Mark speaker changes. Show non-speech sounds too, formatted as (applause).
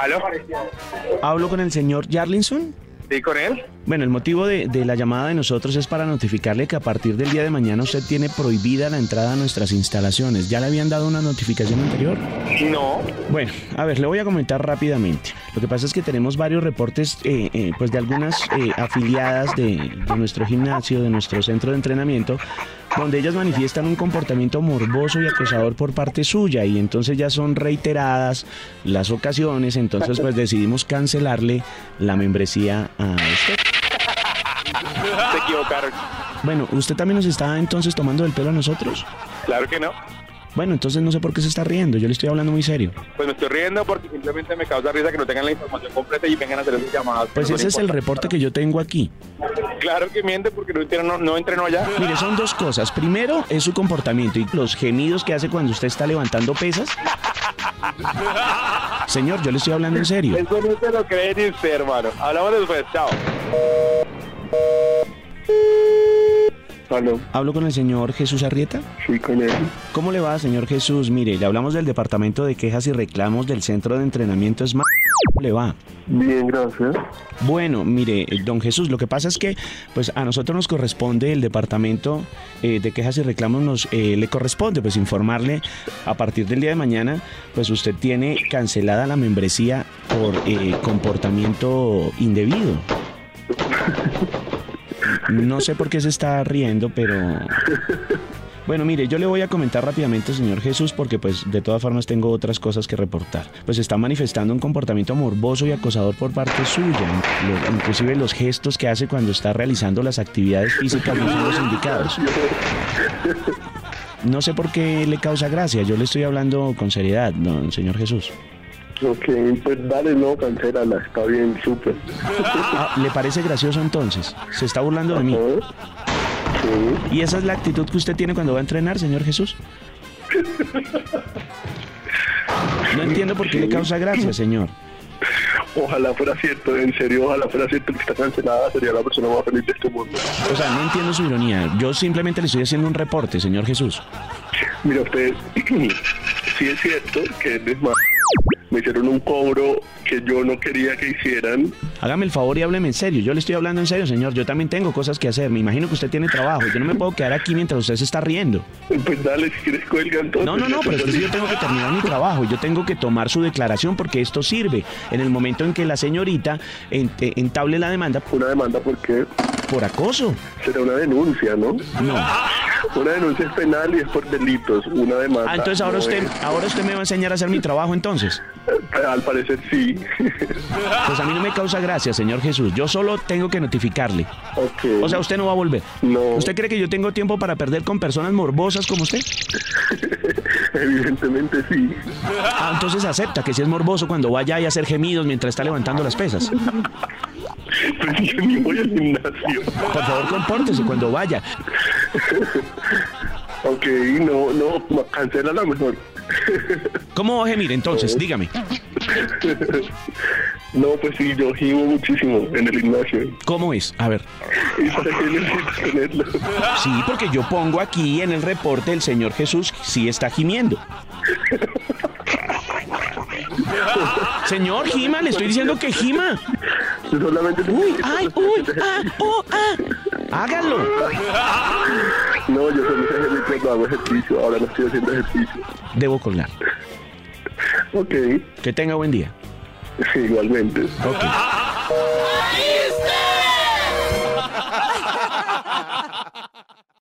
Speaker 1: ¿Aló?
Speaker 2: Hablo con el señor Jarlinson.
Speaker 1: ¿Sí, con él?
Speaker 2: Bueno, el motivo de, de, la llamada de nosotros es para notificarle que a partir del día de mañana usted tiene prohibida la entrada a nuestras instalaciones. ¿Ya le habían dado una notificación anterior?
Speaker 1: No.
Speaker 2: Bueno, a ver, le voy a comentar rápidamente. Lo que pasa es que tenemos varios reportes eh, eh, pues de algunas eh, afiliadas de, de nuestro gimnasio, de nuestro centro de entrenamiento, donde ellas manifiestan un comportamiento morboso y acosador por parte suya y entonces ya son reiteradas las ocasiones, entonces pues decidimos cancelarle la membresía a usted.
Speaker 1: Se equivocaron.
Speaker 2: Bueno, ¿usted también nos está entonces tomando el pelo a nosotros?
Speaker 1: Claro que no.
Speaker 2: Bueno, entonces no sé por qué se está riendo, yo le estoy hablando muy serio.
Speaker 1: Pues me estoy riendo porque simplemente me causa risa que no tengan la información completa y vengan a hacer esas llamadas.
Speaker 2: Pues ese es el reporte que yo tengo aquí.
Speaker 1: Claro que miente porque no entrenó, no entrenó ya.
Speaker 2: Mire, son dos cosas. Primero es su comportamiento y los gemidos que hace cuando usted está levantando pesas. Señor, yo le estoy hablando en serio.
Speaker 1: Eso no se lo cree ni usted, hermano. Hablamos después, chao.
Speaker 2: Hello. ¿Hablo con el señor Jesús Arrieta?
Speaker 3: Sí, con él.
Speaker 2: ¿Cómo le va, señor Jesús? Mire, le hablamos del Departamento de Quejas y Reclamos del Centro de Entrenamiento es más le va?
Speaker 3: Bien, gracias.
Speaker 2: Bueno, mire, don Jesús, lo que pasa es que pues a nosotros nos corresponde el departamento eh, de quejas y reclamos nos eh, le corresponde pues informarle a partir del día de mañana pues usted tiene cancelada la membresía por eh, comportamiento indebido. No sé por qué se está riendo, pero bueno, mire, yo le voy a comentar rápidamente, señor Jesús, porque pues de todas formas tengo otras cosas que reportar. Pues está manifestando un comportamiento morboso y acosador por parte suya, inclusive los gestos que hace cuando está realizando las actividades físicas no son los indicados. No sé por qué le causa gracia, yo le estoy hablando con seriedad, don señor Jesús.
Speaker 3: Ok, pues dale, no, cancélala, está bien, súper.
Speaker 2: Ah, ¿Le parece gracioso entonces? ¿Se está burlando de mí? ¿Y esa es la actitud que usted tiene cuando va a entrenar, señor Jesús? No entiendo por qué le causa gracia, señor.
Speaker 3: Ojalá fuera cierto, en serio, ojalá fuera cierto que está cancelada, sería la persona más feliz de este mundo.
Speaker 2: O sea, no entiendo su ironía. Yo simplemente le estoy haciendo un reporte, señor Jesús.
Speaker 3: Mira, usted, (clears throat) sí es cierto que es más me hicieron un cobro que yo no quería que hicieran.
Speaker 2: Hágame el favor y hábleme en serio. Yo le estoy hablando en serio, señor. Yo también tengo cosas que hacer. Me imagino que usted tiene trabajo. Yo no me puedo quedar aquí mientras usted se está riendo.
Speaker 3: Pues dale, si quieres cuelga entonces.
Speaker 2: No, no, no, pero es que yo tengo que terminar mi trabajo. Yo tengo que tomar su declaración porque esto sirve. En el momento en que la señorita entable la demanda.
Speaker 3: ¿Una demanda por qué?
Speaker 2: Por acoso.
Speaker 3: Será una denuncia, ¿no?
Speaker 2: No.
Speaker 3: Una denuncia es penal y es por delitos, una demanda.
Speaker 2: Ah, entonces ahora no usted, es. ahora usted me va a enseñar a hacer mi trabajo entonces.
Speaker 3: Al parecer sí. (laughs)
Speaker 2: Pues a mí no me causa gracia, señor Jesús. Yo solo tengo que notificarle.
Speaker 3: Okay.
Speaker 2: O sea, usted no va a volver.
Speaker 3: No.
Speaker 2: ¿Usted cree que yo tengo tiempo para perder con personas morbosas como usted?
Speaker 3: Evidentemente sí. (laughs)
Speaker 2: Ah, entonces acepta que si sí es morboso cuando vaya y hacer gemidos mientras está levantando las pesas.
Speaker 3: Pues yo ni voy al gimnasio.
Speaker 2: Por favor, compórtese cuando vaya.
Speaker 3: ok, no, no, cancela la mejor.
Speaker 2: ¿Cómo bajé? Mire, entonces, no. dígame.
Speaker 3: No, pues sí, yo gimo muchísimo en el gimnasio.
Speaker 2: ¿Cómo es? A ver.
Speaker 3: ¿Y para qué necesito tenerlo?
Speaker 2: Sí, porque yo pongo aquí en el reporte el señor Jesús sí está gimiendo. señor, gima, le estoy diciendo que gima.
Speaker 3: Solamente
Speaker 2: uy, ay, uy, ah, oh, ah. Hágalo.
Speaker 3: No, yo solo ejercicio cuando hago ejercicio. Ahora no estoy haciendo ejercicio.
Speaker 2: Debo colgar.
Speaker 3: Ok.
Speaker 2: Que tenga buen día.
Speaker 3: Sí, igualmente.
Speaker 2: Ok.